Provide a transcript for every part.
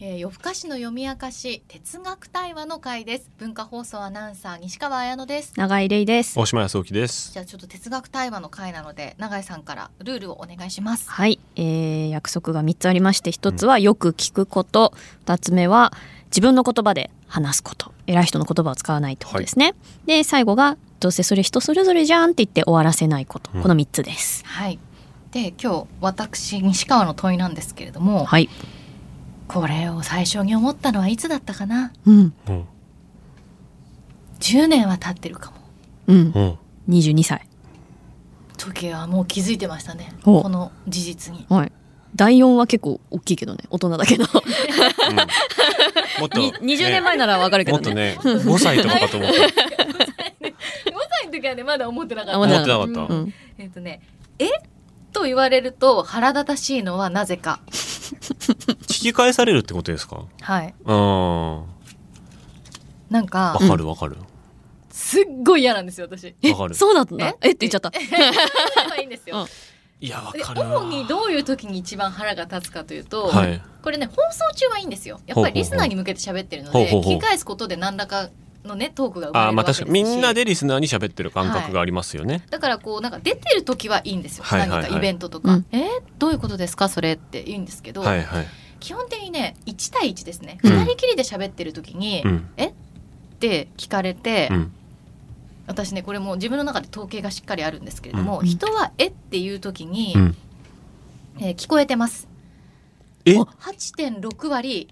えー夜更かしの読み明かし哲学対話の会です文化放送アナウンサー西川彩乃です長井玲です。大島康之です。じゃあちょっと哲学対話の会なので永井さんからルールをお願いしますはい、えー約束が3つありまして1つはよく聞くこと、2つ目は自分の言葉で話すこと偉い人の言葉を使わないってことですね、で最後がどうせそれ人それぞれじゃんって言って終わらせないこと、うんこの3つです。はいで今日私西川の問いなんですけれども、はい、これを最初に思ったのはいつだったかなうんうん、 10年は経ってるかもうんうん、 22歳時計はもう気づいてましたねおこの事実にはい第4は結構大きいけどね大人だけ どもっと、に20年前ならわかるけもどっとねね、5歳とかかと思った。 5歳の時はねまだ思ってなかった思ってなかったうん、えっとねえと言われると腹立たしいのはなぜか聞き返されるってことですか。はいうん、わなんかかるわかる。すっごい嫌なんですよ私わかる。そうだったんだえって言っちゃったまあいいんですよいや、わでかるわ。主にどういう時に一番腹が立つかというと、はい。これね放送中はいいんですよやっぱりリスナーに向けて喋ってるのほうでほうほう聞き返すことで何らかのねトークが生まあれー、るわまあ、けですし確かに、みんなでリスナーに喋ってる感覚がありますよね。だからこうなんか出てる時はいいんですよ、はいはいはい何かイベントとか、うんえーどういうことですかそれって言うんですけど、はい、はい。基本的にね1対1ですね、うん2人きりで喋ってる時に、うっん、て聞かれて、うん、私ねこれもう自分の中で統計がしっかりあるんですけれども、うん人は「え」っていう時に、うん。えー聞こえてますえ、 8.6割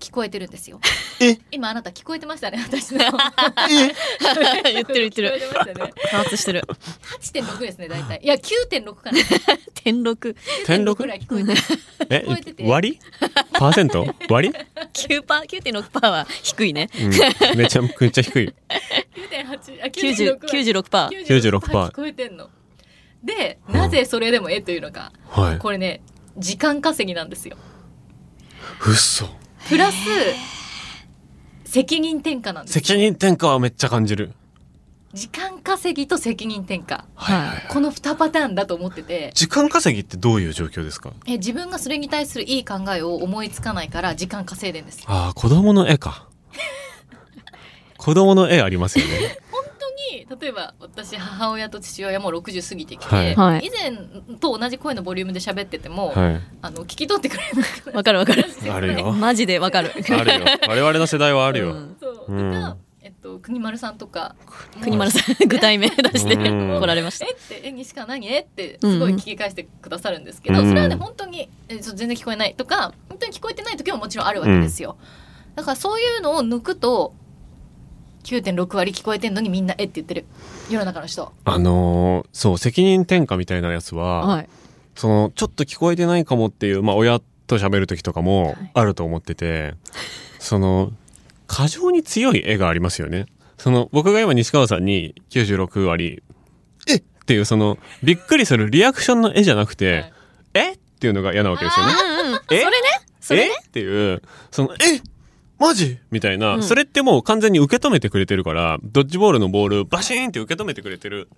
聞こえてるんですよえ今あなた聞こえてましたね私の 言ってる言って聞るこえてましたね多発 してる8.6ですね大体いや9.6かな天禄点く六ら。い聞こえてるえ聞こえて、て割り。パーセント、割り。 9パー9.6パーは低いねうん、めちゃくちゃ低い。 9.8あ90 96 96パー96 96%聞こえてんのでなぜそれでも「え」というのかはい。これね時間稼ぎなんですよ嘘。プラス責任転嫁なんです責任転嫁はめっちゃ感じる。時間稼ぎと責任転嫁はい、はいははい。この2パターンだと思ってて時間稼ぎってどういう状況ですか。え自分がそれに対するいい考えを思いつかないから時間稼いでんですああ、子供の絵か。子供の絵ありますよね。本当に例えば私母親と父親も60過ぎてきて、はいはい以前と同じ声のボリュームで喋ってても、 はあの聞き取ってくれなくなわかるわかるい。あるよ。マジでわかるあるよ。我々の世代はあるよ。ううんんそうとか、うんえっと国丸さんとか国丸さん具体名出してうん来られましたえってえ西川何えってすごい聞き返してくださるんですけど、うんうんそれはね本当にえそう全然聞こえないとか本当に聞こえてない時ももちろんあるわけですよ、だからそういうのを抜くと9.6割聞こえてんのにみんなえって言ってる世の中の人あのーそう、責任転嫁みたいなやつは、はいその、ちょっと聞こえてないかもっていう、まあ、親と喋る時とかもはいあると思ってて、その、過剰に強い絵がありますよね。その、僕が今西川さんに96割、えっっていう、その、びっくりするリアクションの絵じゃなくて、はいえっっていうのが嫌なわけですよね。うんうんえそれねそれねえっていう、その、えマジみたいな、うんそれってもう完全に受け止めてくれてるから、ドッジボールのボールバシーンって受け止めてくれてる、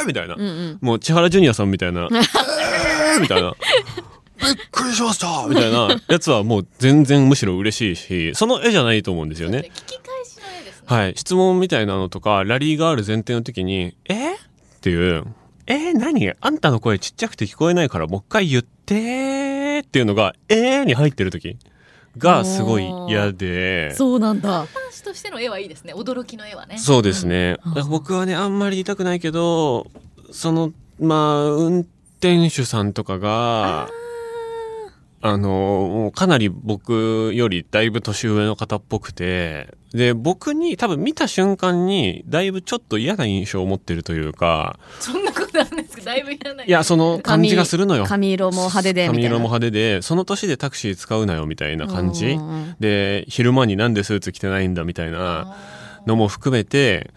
えーみたいな。うんうんもう千原ジュニアさんみたい な、えーみたいな。びっくりしましたみたいなやつはもう全然むしろ嬉しいし、その絵じゃないと思うんですよそうねで。す聞き返しの絵ですね、はい、質問みたいなのとかラリーがある前提の時に「えっていう「え何あんたの声ちっちゃくて聞こえないからもう一回言って」っていうのが「えに入ってる時がすごい嫌で。そうなんだ話としての絵はいいですね驚きの絵はねそうですねうん。僕はね、あんまり言いたくないけど、その、まあ、運転手さんとかが、あの、もうかなり僕よりだいぶ年上の方っぽくて、で、僕に多分見た瞬間に、だいぶちょっと嫌な印象を持ってるというか、そんなことなんですけどだいぶいらないいや、その感じがするのよ。髪色も派手でみたい髪な色も派手で、その年でタクシー使うなよみたいな感じう。んうんで、昼間になんでスーツ着てないんだみたいな。のも含めて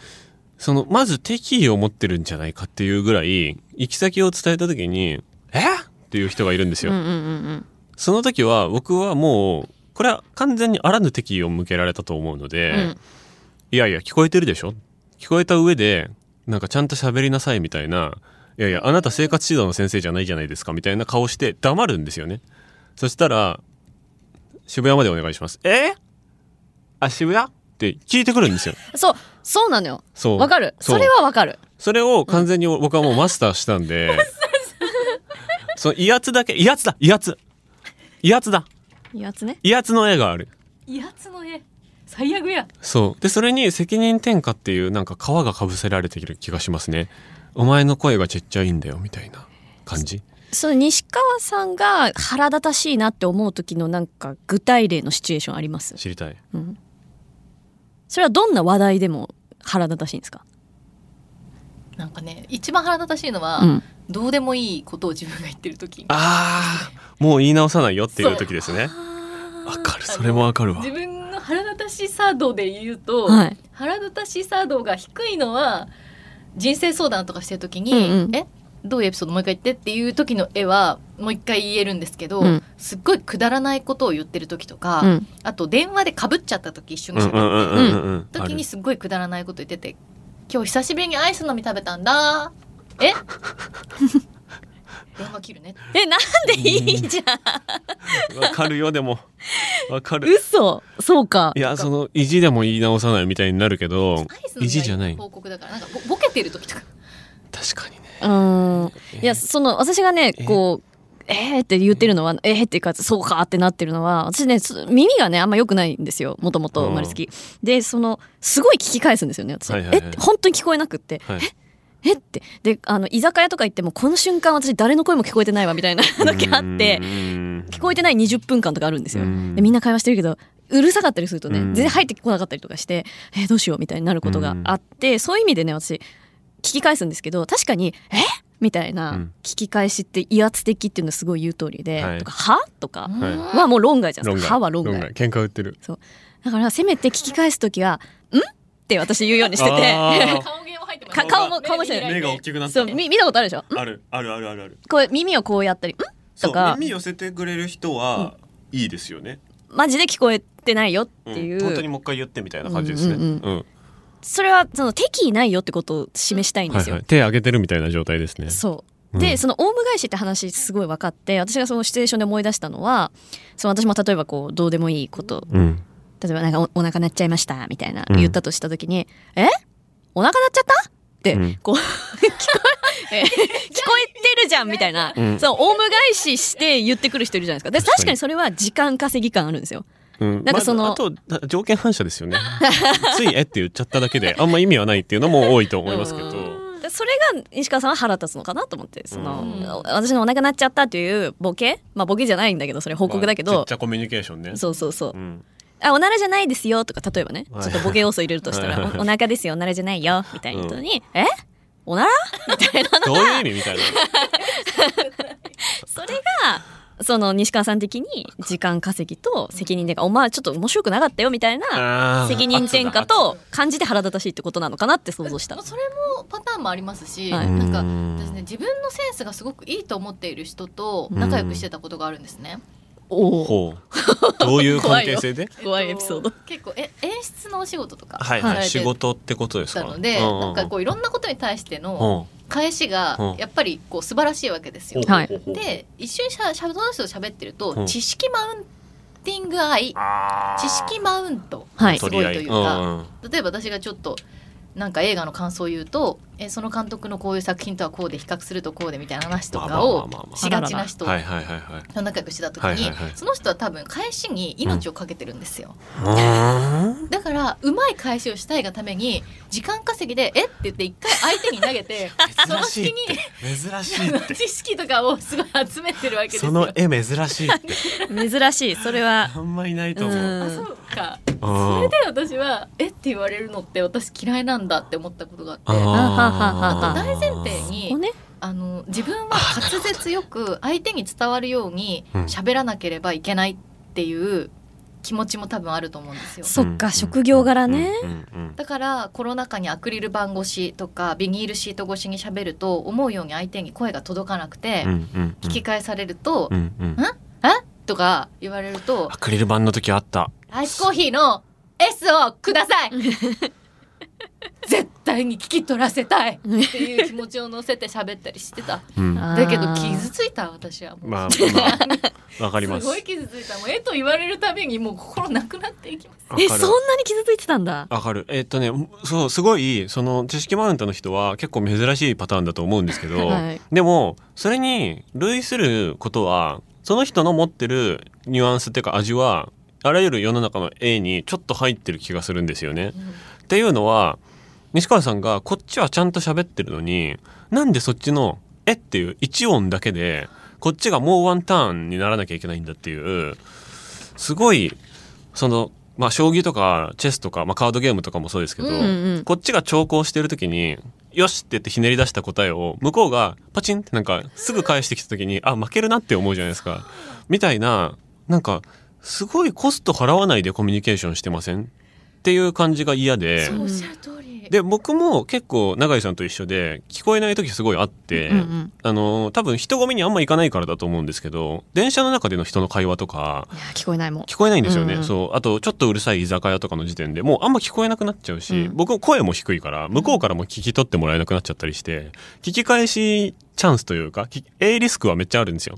そのまず敵意を持ってるんじゃないかっていうぐらい行き先を伝えた時に「えっていう人がいるんですうよ。んうんうんその時は僕はもうこれは完全にあらぬ敵意を向けられたと思うので、うんいやいや聞こえてるでしょ聞こえた上でなんかちゃんと喋りなさいみたいな「いやいやあなた生活指導の先生じゃないじゃないですか」みたいな顔して黙るんですよね。そしたら渋谷までお願いします。えあ、渋谷って聞いてくるんですよ。そう、そうなのよ。そう。わかる。そうれはわかる。それを完全に僕はもうマスターしたんで、その威圧だけ、威圧だ威圧威圧だ威圧ね。威圧の絵がある。威圧の絵最悪やそう。で、それに責任転嫁っていうなんか皮がかぶせられてる気がしますね。お前の声がちっちゃいんだよ、みたいな感じ。そう、西川さんが腹立たしいなって思う時のなんか具体例のシチュエーションあります知りたい。うん。それはどんな話題でも腹立たしいんですかなんかね一番腹立たしいのは、うん。どうでもいいことを自分が言ってる時あー、もう言い直さないよっていう時ですね。わあかる。それもわかるわ自。分の腹立たしさ度で言うと、ーはい。腹立たしさ度が低いのは人生相談とかしてる時に「うんうんえどういうエピソードもう一回言って」っていう時の絵はもう一回言えるんですけど、うんすっごいくだらないことを言ってる時とか、うん。あと電話でかぶっちゃった時一緒にうん喋ってうんうんうんうん。あ時るにすっごいくだらないこと言ってて「今日久しぶりにアイスのみ食べたんだ」え電話切るねえ、なんでいいじゃん。わかるよ、でも。わかる。嘘。そうかい。や、その、意地でも言い直さないみたいになるけど、アイスの意地じゃない報告だからなんかぼボケてる時とか確かにね。うん。いや、その、私がねえ、こう、えーって言ってるのは、えーっていうか、そうかってなってるのは、私ね、す耳がね、あんま良くないんですよ。もともと生まれつき。で、その、すごい聞き返すんですよね、私。はいはいはいえ、本当に聞こえなくって。はい。え って。で、あの、居酒屋とか行っても、この瞬間私誰の声も聞こえてないわ、みたいな時あって、聞聞こえてない20分間とかあるんですよ。うんでみんな会話してるけど、うるさかったりするとね、うん全然入ってこなかったりとかして、えーどうしようみたいになることがあって、そういう意味でね、私、聞き返すんですけど、確かに、えみたいうなん聞き返しって威圧的っていうのはすごい言う通りで、はいとか、はとかうんははもう論外じゃない論です外か。はは論外。喧嘩売ってるだから、せめて聞き返すときは、んって私言うようにしてて、顔芸も入ってますか顔も顔もしてる目が大きくなっ そたう、み見たことあるでしょんあるあるあるあるあるこう耳をこうやったり、んそとうか耳寄せてくれる人はいいですよね、マジで聞こえてないよっうんていう、本当にもう一回言ってみたいな感じですね、うんうんそれはその敵意ないよってことを示したいんではいすよ。はい手上げてるみたいな状態ですねそううんで、そのオウム返しって話すごい分かって私がそのシチュエーションで思い出したのはその私も例えばこうどうでもいいことうん例えばなんかおお腹鳴っちゃいましたみたいなうん言ったとした時に「えお腹鳴っちゃった?」って、うんこう 聞こええ聞こえてるじゃんみたいな、うんそのオウム返しして言ってくる人いるじゃないですかで確かに確かにそれは時間稼ぎ感あるんですよ。うんなんかそのまあ、あとだ条件反射ですよね ついえって言っちゃっただけであんま意味はないっていうのも多いと思いますけどでそれが石川さんは腹立つのかなと思ってその、うん私のお腹鳴っちゃったというボケまあボケじゃないんだけどそれ報告だけまあちどっち、ゃコミュニケーションねそうそうそう、うんあおならじゃないですよとか例えばねはいちょっとボケ要素入れるとしたらはいおお腹ですよおならじゃないよみたいな人に、えおならどういう意味みたいなそれがその西川さん的に時間稼ぎと責任でお前ちょっと面白くなかったよみたいな あー責任転嫁と感じて腹立たしいってことなのかなって想像したもう。それもパターンもありますし、はいなんうかん私ね自分のセンスがすごくいいと思っている人とうん仲良くしてたことがあるんですね。おおほうどういう関係性で怖いエピソーえドっと結構え演出のお仕事とかはいさはいれ仕て事ってことですたかので、ううなんかこういろんなことに対してのうん返しがうんやっぱりこう素晴らしいわけですよ。はいで一緒にしゃしゃその人と喋ってると、うん知識マウンティング愛知識マウントはがいすごいというか、んん例えば私がちょっとなんか映画の感想を言うとえその監督のこういう作品とはこうで比較するとこうでみたいな話とかまあをまあまあまあしがちな人はいはいはいはいと仲良くしてた時に、はいはいはいその人は多分返しに命をかけてるんですよ、うんだからうまい返しをしたいがために時間稼ぎで「えっ?」て言って一回相手に投げ てその隙に珍しあの知識とかをすごい集めてるわけですよ。絵珍しいって珍しいそれはあんまいないうんあそうかそれあで私は「えっ?」て言われるのって私嫌いなんだって思ったことがあってああー大前提にここねあの自分は滑舌よく相手に伝わるようにうん喋らなければいけないっていう気持ちも多分あると思うんですよ。そっか職業柄ねうんうんだからコロナ禍にアクリル板越しとかビニールシート越しに喋ると思うように相手に声が届かなくてうんうん聞き返されるとうんうんん「えとか言われるとアクリル板の時あった 「アイスコーヒーの S をください!」絶対に聞き取らせたいっていう気持ちを乗せて喋ったりしてたうんまああーだけど傷ついた私はもう、まあ わかりますすごい傷ついたもう絵と言われるたびにもう心なくなっていきますえわかるそんなに傷ついてたんだわかる。えっとね、そう、すごい、その、知識マウントの人は結構珍しいパターンだと思うんですけど、はいでも、それに類することは、その人の持ってるニュアンスっていうか味は、あらゆる世の中の A にちょっと入ってる気がするんですよね。っていうのは、西川さんがこっちはちゃんと喋ってるのに、なんでそっちの、えっていう一音だけで、こっちがもうワンターンにならなきゃいけないんだっていう、すごい、その、まあ、将棋とか、チェスとか、まあ、カードゲームとかもそうですけど、うんうんうんこっちが長考してる時に「よし!」って言ってひねり出した答えを向こうがパチンってなんかすぐ返してきた時にあ負けるなって思うじゃないですかみたいななんかすごいコスト払わないでコミュニケーションしてませんっていう感じが嫌でそうおっしゃる通りで僕も結構永井さんと一緒で聞こえない時すごいあって、うんうんあの多分人混みにあんま行かないからだと思うんですけど電車の中での人の会話とかいや聞こえないもん聞こえないんですよね、うんうんそうあとちょっとうるさい居酒屋とかの時点でもうあんま聞こえなくなっちゃうし、うん僕も声も低いから向こうからも聞き取ってもらえなくなっちゃったりして聞き返しチャンスというかき A リスクはめっちゃあるんですよ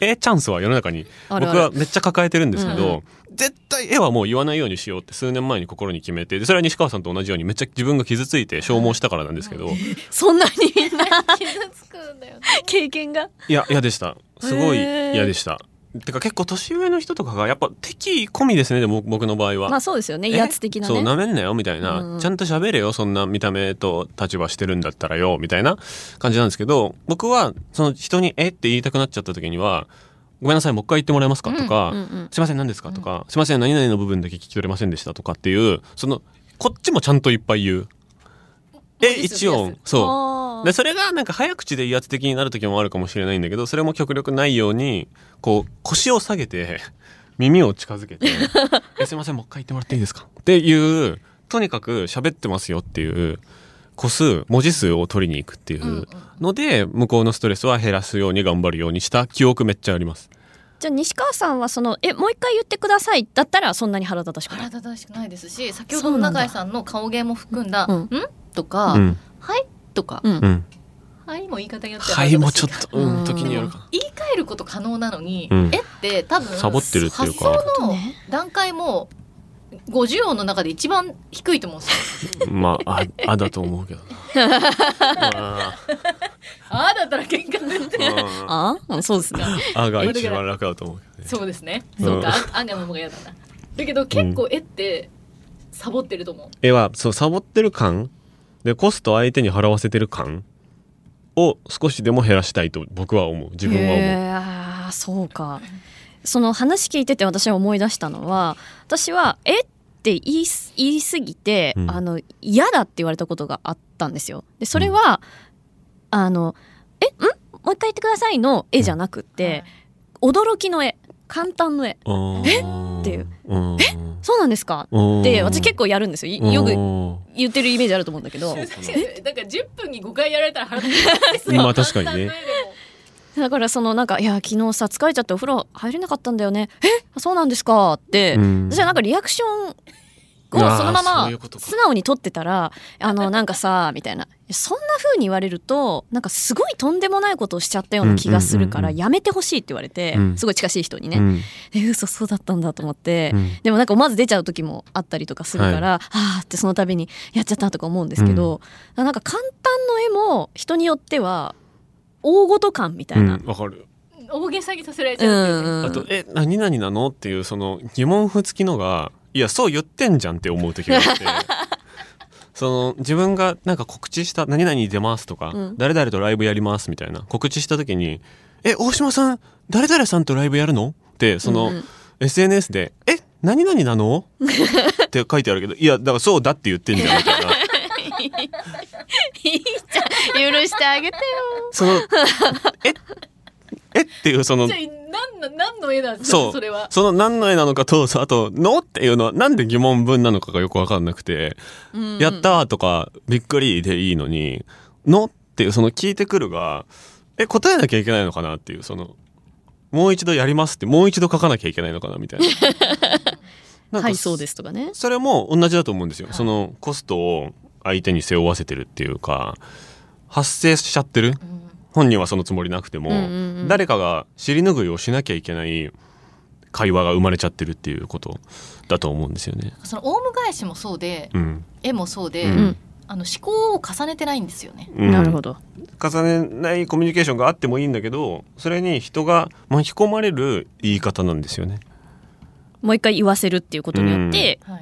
A チャンスは世の中にあるあ僕るはめっちゃ抱えてるんですけうど、ん絶対 A はもう言わないようにしようって数年前に心に決めてでそれは西川さんと同じようにめっちゃ自分が傷ついて消耗したからなんですけど、そんなにみんな傷つくんだよね経験がいや嫌でしたすごいへー嫌でした。てか結構年上の人とかがやっぱ敵込みですねでも僕の場合は。まあそうですよねえ威圧的なねそうなめんなよみたいな、うんちゃんと喋れよそんな見た目と立場してるんだったらよみたいな感じなんですけど僕はその人に「えっ?」て言いたくなっちゃった時には「ごめんなさいもう一回言ってもらえますか?」とか「うんうんすいません何ですか?」とか「すいません何々の部分だけ聞き取れませんでした」とかっていうそのこっちもちゃんといっぱい言う。文字数増え一やす音そうあーでそれがなんか早口で威圧的になる時もあるかもしれないんだけどそれも極力ないようにこう腰を下 げて耳を近づけて 「えすいませんもう一回言ってもらっていいですか?」っていうとにかく喋ってますよっていう個数文字数を取りに行くっていうんうんうので向こうのストレスは減らすように頑張るようにした記憶めっちゃあります。じゃあ西川さんはその「えもう一回言ってください」だったらそんなに腹立たしく腹ない立たしくないですし先ほそどうのなんだ永井さんの顔芸も含んだ「うんん?」とか「うんはい?」とかうんう、ん、 「はい?」も言い方によってははいもうちょっと、ううんん、時によるかな。言い換えること可能なのに「うんえっ?」て多分サボってるっていうか発想の段階も50音の中で一番低いと思うんですよ。まあああだと思うけどな。まあああだったら喧嘩になってうんああそうですねあが一番楽だと思うけどね。そうですね。うんそうか、ああんがの方が嫌だな。だけど結構絵ってサボってると思う。絵はそうサボってる感でコスト相手に払わせてる感を少しでも減らしたいと僕は思う自分は思う、へーあーそうかその話聞いてて私は思い出したのは私は「えっ?」て言いす言いすぎて、うんあの嫌だって言われたことがあったんですよでそれは、あの「えんもう一回言ってください」の「絵じゃなくて、驚きの絵簡単の絵えっていう、うん、そうなんですかえって私結構やるんですよいよくく言ってるイメージあると思うんだけどはい、なんか10分に5回やられたら腹立つですよまあ確かにね。だからそのなんか「いや昨日さ疲れちゃってお風呂入れなかったんだよねえそうなんですか」って、うんじゃあなんかリアクションをそあーのまそういうまことか素直に取ってたら「あのなんかさ」 みたいなそんな風に言われるとなんかすごいとんでもないことをしちゃったような気がするからうんうんうんうんやめてほしいって言われて、うんすごい近しい人にね、うんえ嘘そうだったんだと思って、うんでもなんか思わず出ちゃう時もあったりとかするから、ああってその度にやっちゃったとか思うんですけど、なんか簡単の絵も人によっては大ごと感みたいな。うんわかる大げさにさせられちうゃんうっていうねうんあと「え何々なの?」っていうその疑問符付きのが「いやそう言ってんじゃん」って思う時があって その自分がなんか告知した「何々に出ます」とか、うん誰々とライブやります」みたいな告知した時に「え大島さん誰々さんとライブやるの?」ってその、うんうん SNS で「え何々なの?」って書いてあるけど「いやだからそうだって言ってんじゃん」みたいないいじゃん許してあげてよその「ええっ?」ていうそ のじゃあ何の何の絵なんですか そうそれは。その何の絵なのかとあと「の」っていうのはなんで疑問文なのかがよく分かんなくて「やった!」とか「びっくり」でいいのに「の」っていうその聞いてくるがえ答えなきゃいけないのかなっていうそのもう一度やりますってもう一度書かなきゃいけないのかな みたいな。なんかはいそうですとかねそれも同じだと思うんですよ、いそのコストを相手に背負わせてるっていうか発生しちゃってる本人はそのつもりなくても、うんうんうん誰かが尻拭いをしなきゃいけない会話が生まれちゃってるっていうことだと思うんですよね。そのオウム返しもそうでうん絵もそうで、うんあの思考を重ねてないんですよね。うんなるほど。重ねないコミュニケーションがあってもいいんだけどそれに人が巻き込まれる言い方なんですよね。もう一回言わせるっていうことによっては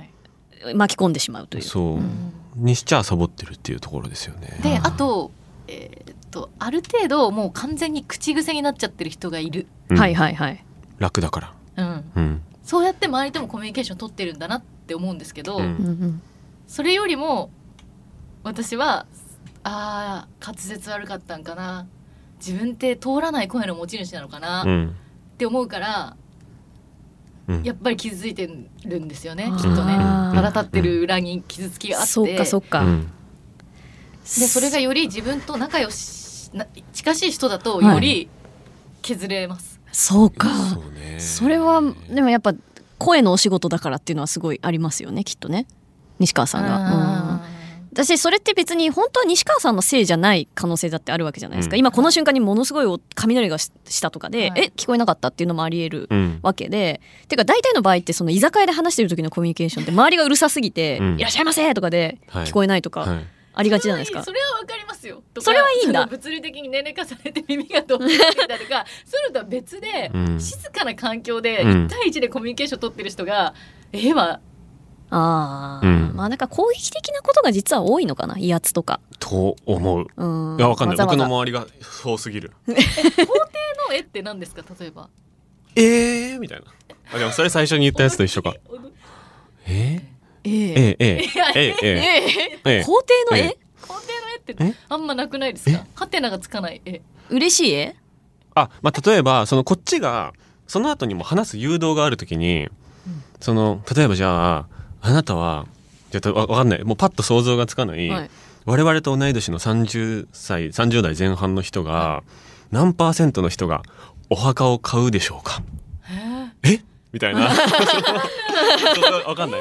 い巻き込んでしまうという。そう、うんにしちゃサボってるっていうところですよね。であと,、えーっとある程度もう完全に口癖になっちゃってる人がいる、うんはいはいはい。楽だから、うん、うんそうやって周りともコミュニケーション取ってるんだなって思うんですけど、ううんんうんそれよりも私はあー滑舌悪かったんかな自分って通らない声の持ち主なのかな、うっんて思うからうんやっぱり傷ついてるんですよねあきーっとねうん腹立ってる裏に傷つきがあってそうかそううか。んでそれがより自分と仲良しな近しい人だとはいより削れます、そうか。そうねそれはでもやっぱ声のお仕事だからっていうのはすごいありますよねきっとね西川さんが。うんあ私それって別に本当は西川さんのせいじゃない可能性だってあるわけじゃないですか、うん今この瞬間にものすごいお雷がししたとかで、はいえ聞こえなかったっていうのもありえるうんわけでてか大体の場合ってその居酒屋で話してる時のコミュニケーションって周りがうるさすぎて「うんいらっしゃいませ!」とかではい聞こえないとはかいありがーちじゃないですか。それはわかりますよとかそれはいいんだその物理的に年齢重ねて耳が遠くなってきたとかそういうのとは別で、うん静かな環境でうん1対1でコミュニケーション取ってる人が、ええわああ、うんまあなんか攻撃的なことが実は多いのかな威圧とか。と思う。うん、いやわかんないわざわざ僕の周りがそうすぎる。の絵って何ですか例えばえーみたいな。あでもそれ最初に言ったやつと一緒か。ええー、えー、えー、えー、えー、ええー、皇帝の絵、え肯定の絵っえてあんまなくないですかハテナがつかない絵嬉しい絵あ、まあ、例えばそのこっちがその後にも話す誘導があるときに、その例えばじゃああなたはじゃあわわかんないもうパッと想像がつかない、はい我々と同い年の30歳30代前半の人が何パーセントの人がお墓を買うでしょうかえみたい なそうわかんない。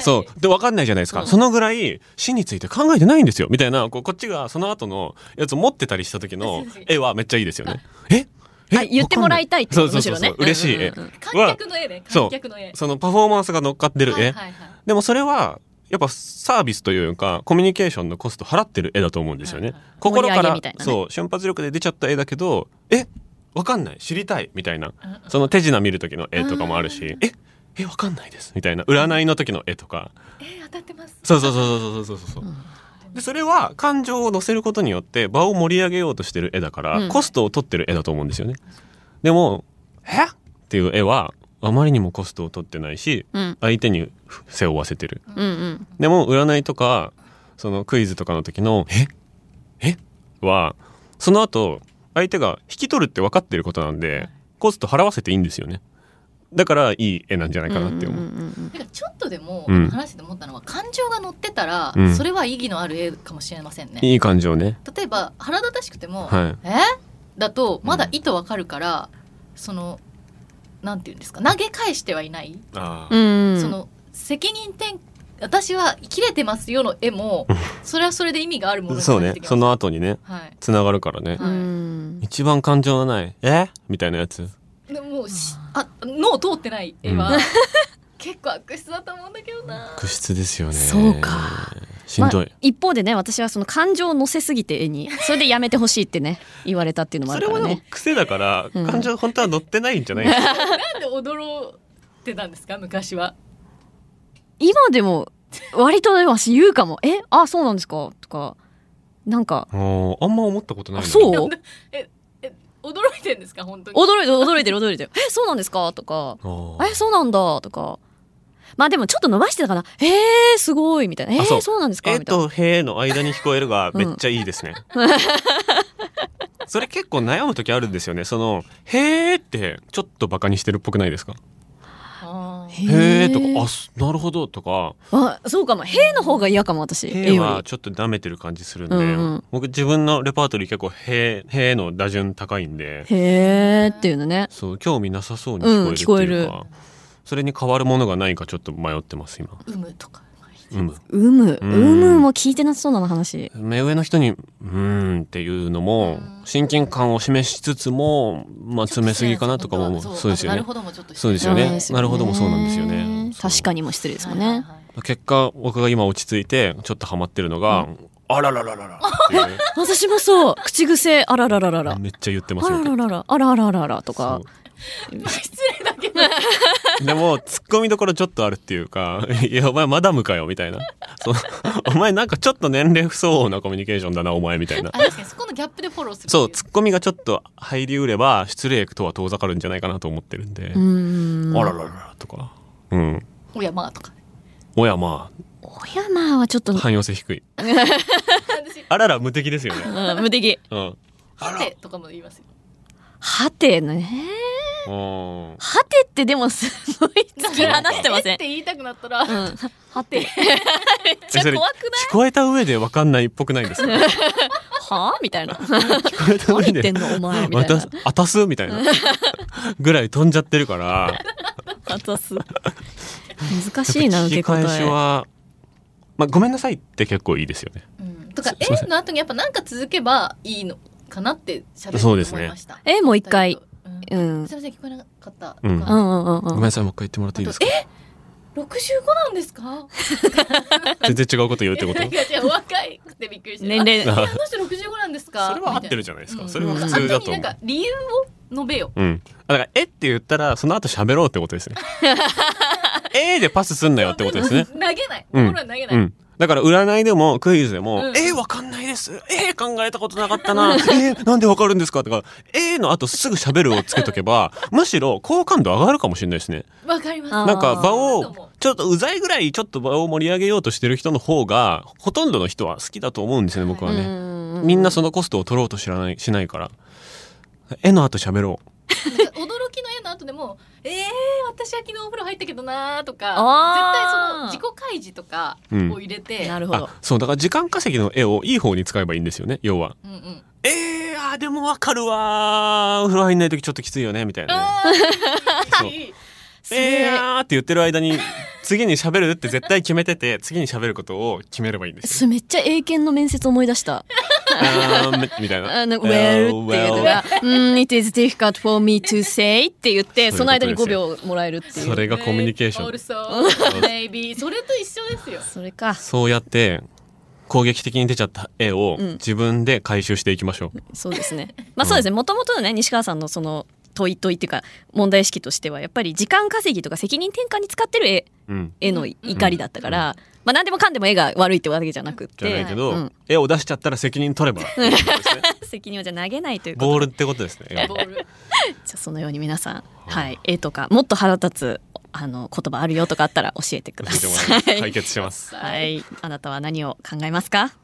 そうでわかんないじゃないですか、うんそのぐらい死について考えてないんですよみたいなこうこっちがその後のやつ持ってたりした 時の絵はめっちゃいいですよね。えあ言ってもらいたいってそこうとそうむしそうろねそう。嬉しい絵うんうんうん観客の絵ねそう観客の絵そのパフォーマンスが乗っかってるはい絵はいはいでもそれはやっぱサービスというかコミュニケーションのコスト払ってる絵だと思うんですよねはいはい心か盛り上げらみたいなねそう瞬発力で出ちゃった絵だけどえわかんない知りたいみたいなうんうんその手品見る時の絵とかもあるうしええわかんないですみたいな占いの時の絵とかえ当たってますそうそうそうそうそうそうそう、でそれは感情を乗せることによって場を盛り上げようとしてる絵だから、うんコストを取ってる絵だと思うんですよねでも「えっていう絵はあまりにもコストを取ってないしうん相手に背負わせてるうんうんでも占いとかそのクイズとかの時の「ええはその後相手が引き取るって分かってることなんでコスト払わせていいんですよねだからいい絵なんじゃないかなって思う、うんうんうんうんなんかちょっとでもうん話してて思ったのは、感情が乗ってたら、うんそれは意義のある絵かもしれませんね。いい感情ね例えば腹立たしくても「はいえだとまだ意図わかるから、そのなんていうんですか投げ返してはいない、あうーんうんその責任転私は切れてますよの絵もそれはそれで意味があるものにそうなっねてきますその後にねはいつながるからねう、ん一番感情のない「えみたいなやつでももうしあ脳通ってない絵は、 結構悪質だと思うんだけどな悪質ですよねそうかしんどい、まあ一方でね私はその感情を乗せすぎて絵にそれでやめてほしいってね言われたっていうのもあそるれかはらでもね癖だから、うん感情本当は乗ってないんじゃない ですかなんで驚ってたんですか昔は今でも割とでも私言うかも「えあそうなんですか」とかなんかおーあんま思ったことな「あいなそう驚いてんですか本当に驚いて驚いてる驚いてるえそうなんですか」とかあえーそうなんだとかまあでもちょっと伸ばしてたから「えー、すごい」みたいな「えー、あそそううなんですか」えみたいな。とへの間に聞こえるがうんめっちゃいいで すね。それ結構悩む時あるんですよね。そのへーってちょっとバカにしてるっぽくないですか。あーへーとかあすなるほどとかあそうかも「へー」の方が嫌かも私へ絵ーよはりちょっと舐めてる感じするんで、うんうん僕自分のレパートリー結構へーへーの打順高いんで「へー」っていうのねそう興味なさそうに聞こえるっていうか、うん聞それに変わるものがないかちょっと迷ってます今。有無とかうむ。うむ、ううんむも聞いてなさそうなの話。目上の人に、うーんっていうのも、親近感を示しつつも、まあ、詰めすぎかなとかも思う。そうですよなねる。ほどもちょっとそうですよねなるほどもそうなんですよね確かにも失礼ですもんね。結果、僕が今落ち着いて、ちょっとハマってるのが、あらららららって いう私もそう、口癖あららららら。めっちゃ言ってまあすらよ。ららら、あららららとか。 失礼だけどそうでも、突っ込みどころちょっとあるっていうか、 いや、お前マダムかよ、みたいな。そう お前なんかちょっと年齢不相応なコミュニケーションだな、お前、みたいなあ。確かにそこのギャップでフォローするそう、ツッコミがちょっと入りうれば、失礼とは遠ざかるんじゃないかなと思ってるんでう、ん。あららららとか、うん。おやまあとかおやま小山はちょっと、あ、汎用性低い。私あらら、無敵ですよね。うん無敵。うん。はてとかも言いますよはてね。うんはてってでもすごい突き放してませえんっ。て言いたくなったらうん。はて。えそれ怖くない聞こえた上で分かんないっぽくないです か聞はみたいな。こえた何言って上でんのお前みたい渡なす。あたすみたいなぐらい飛んじゃってるから渡す。難しいなやっぱ受け聞き答返しえ。は、まあ、ごめんなさいって結構いいですよねうんとかすすいませえんの後にやっぱなんか続けばいいのかなって喋るとそう思ですねいましたえもう一回うんうん。うんすいません聞こえなかったうんとうかんうんごめんうん。なさいもう一回言ってもらっていいですか65なんですか全然違うこと言う ってこといや違う若いくてびっくりして年齢。ああの人65なんですかそれは合ってるじゃないですか、うんそれは普通だと思あとになんうか理由を述べようんあだから「えっ?」って言ったらその後喋ろうってこと ですね「えー」でパスすんなよってことですね 投げないうん心は投げない、うんだから占いでもクイズでも「うんえー、わかんないです」「えー、考えたことなかったな」「えー、なんでわかるんですか?」とか「えー」の後すぐ喋るをつけとけばむしろ好感度上がるかもしれないですねわかりますあーなんか場そうだと思をうちょっとうざいぐらいちょっと場を盛り上げようとしてる人の方がほとんどの人は好きだと思うんですよね僕はうね、んみんなそのコストを取ろうと知らないしないから絵の後喋ろなんか驚きの絵の後でも「えー、私は昨日お風呂入ったけどな」ーとか絶対そのあー自己開示とかを入れて、なるうほどあ。そうだから時間稼ぎの絵をいい方に使えばいいんですよね要はうんうんえー、あーでもわかるわーお風呂入んない時ちょっときついよねみたいなねあーいいいいいいそえれー、あーって言ってる間に次に喋るって絶対決めてて次に喋ることを決めればいいんですよ それめっちゃ英検の面接思い出した。あーめみたいなあの、well っていうの well が、うん、it is difficult for me to say って言って、そそういうことの間に5秒もらえるってい。そうれがコミュニケーション also maybe それと一緒ですよそれか。そうやって攻撃的に出ちゃった絵をうん自分で回収していきましょう。そうですね。まあそうですね。もともとのね、西川さんのその問い問いっていうか、問題意識としては、やっぱり時間稼ぎとか責任転換に使ってる絵うん。絵の怒りだったから、まあ何でもかんでも絵が悪いってわけじゃなくじゃないけて、ど、うん 絵を出しちゃったら責任取ればっていうことですね、責任をじゃあ投げないということボールってことですね。 絵ボはールじゃあそのように皆さん、はい、絵とか、もっと腹立つ、あの、言葉あるよとかあったら教えてく教だえてもらいますさい。 解決します。はい。あなたは何を考えますか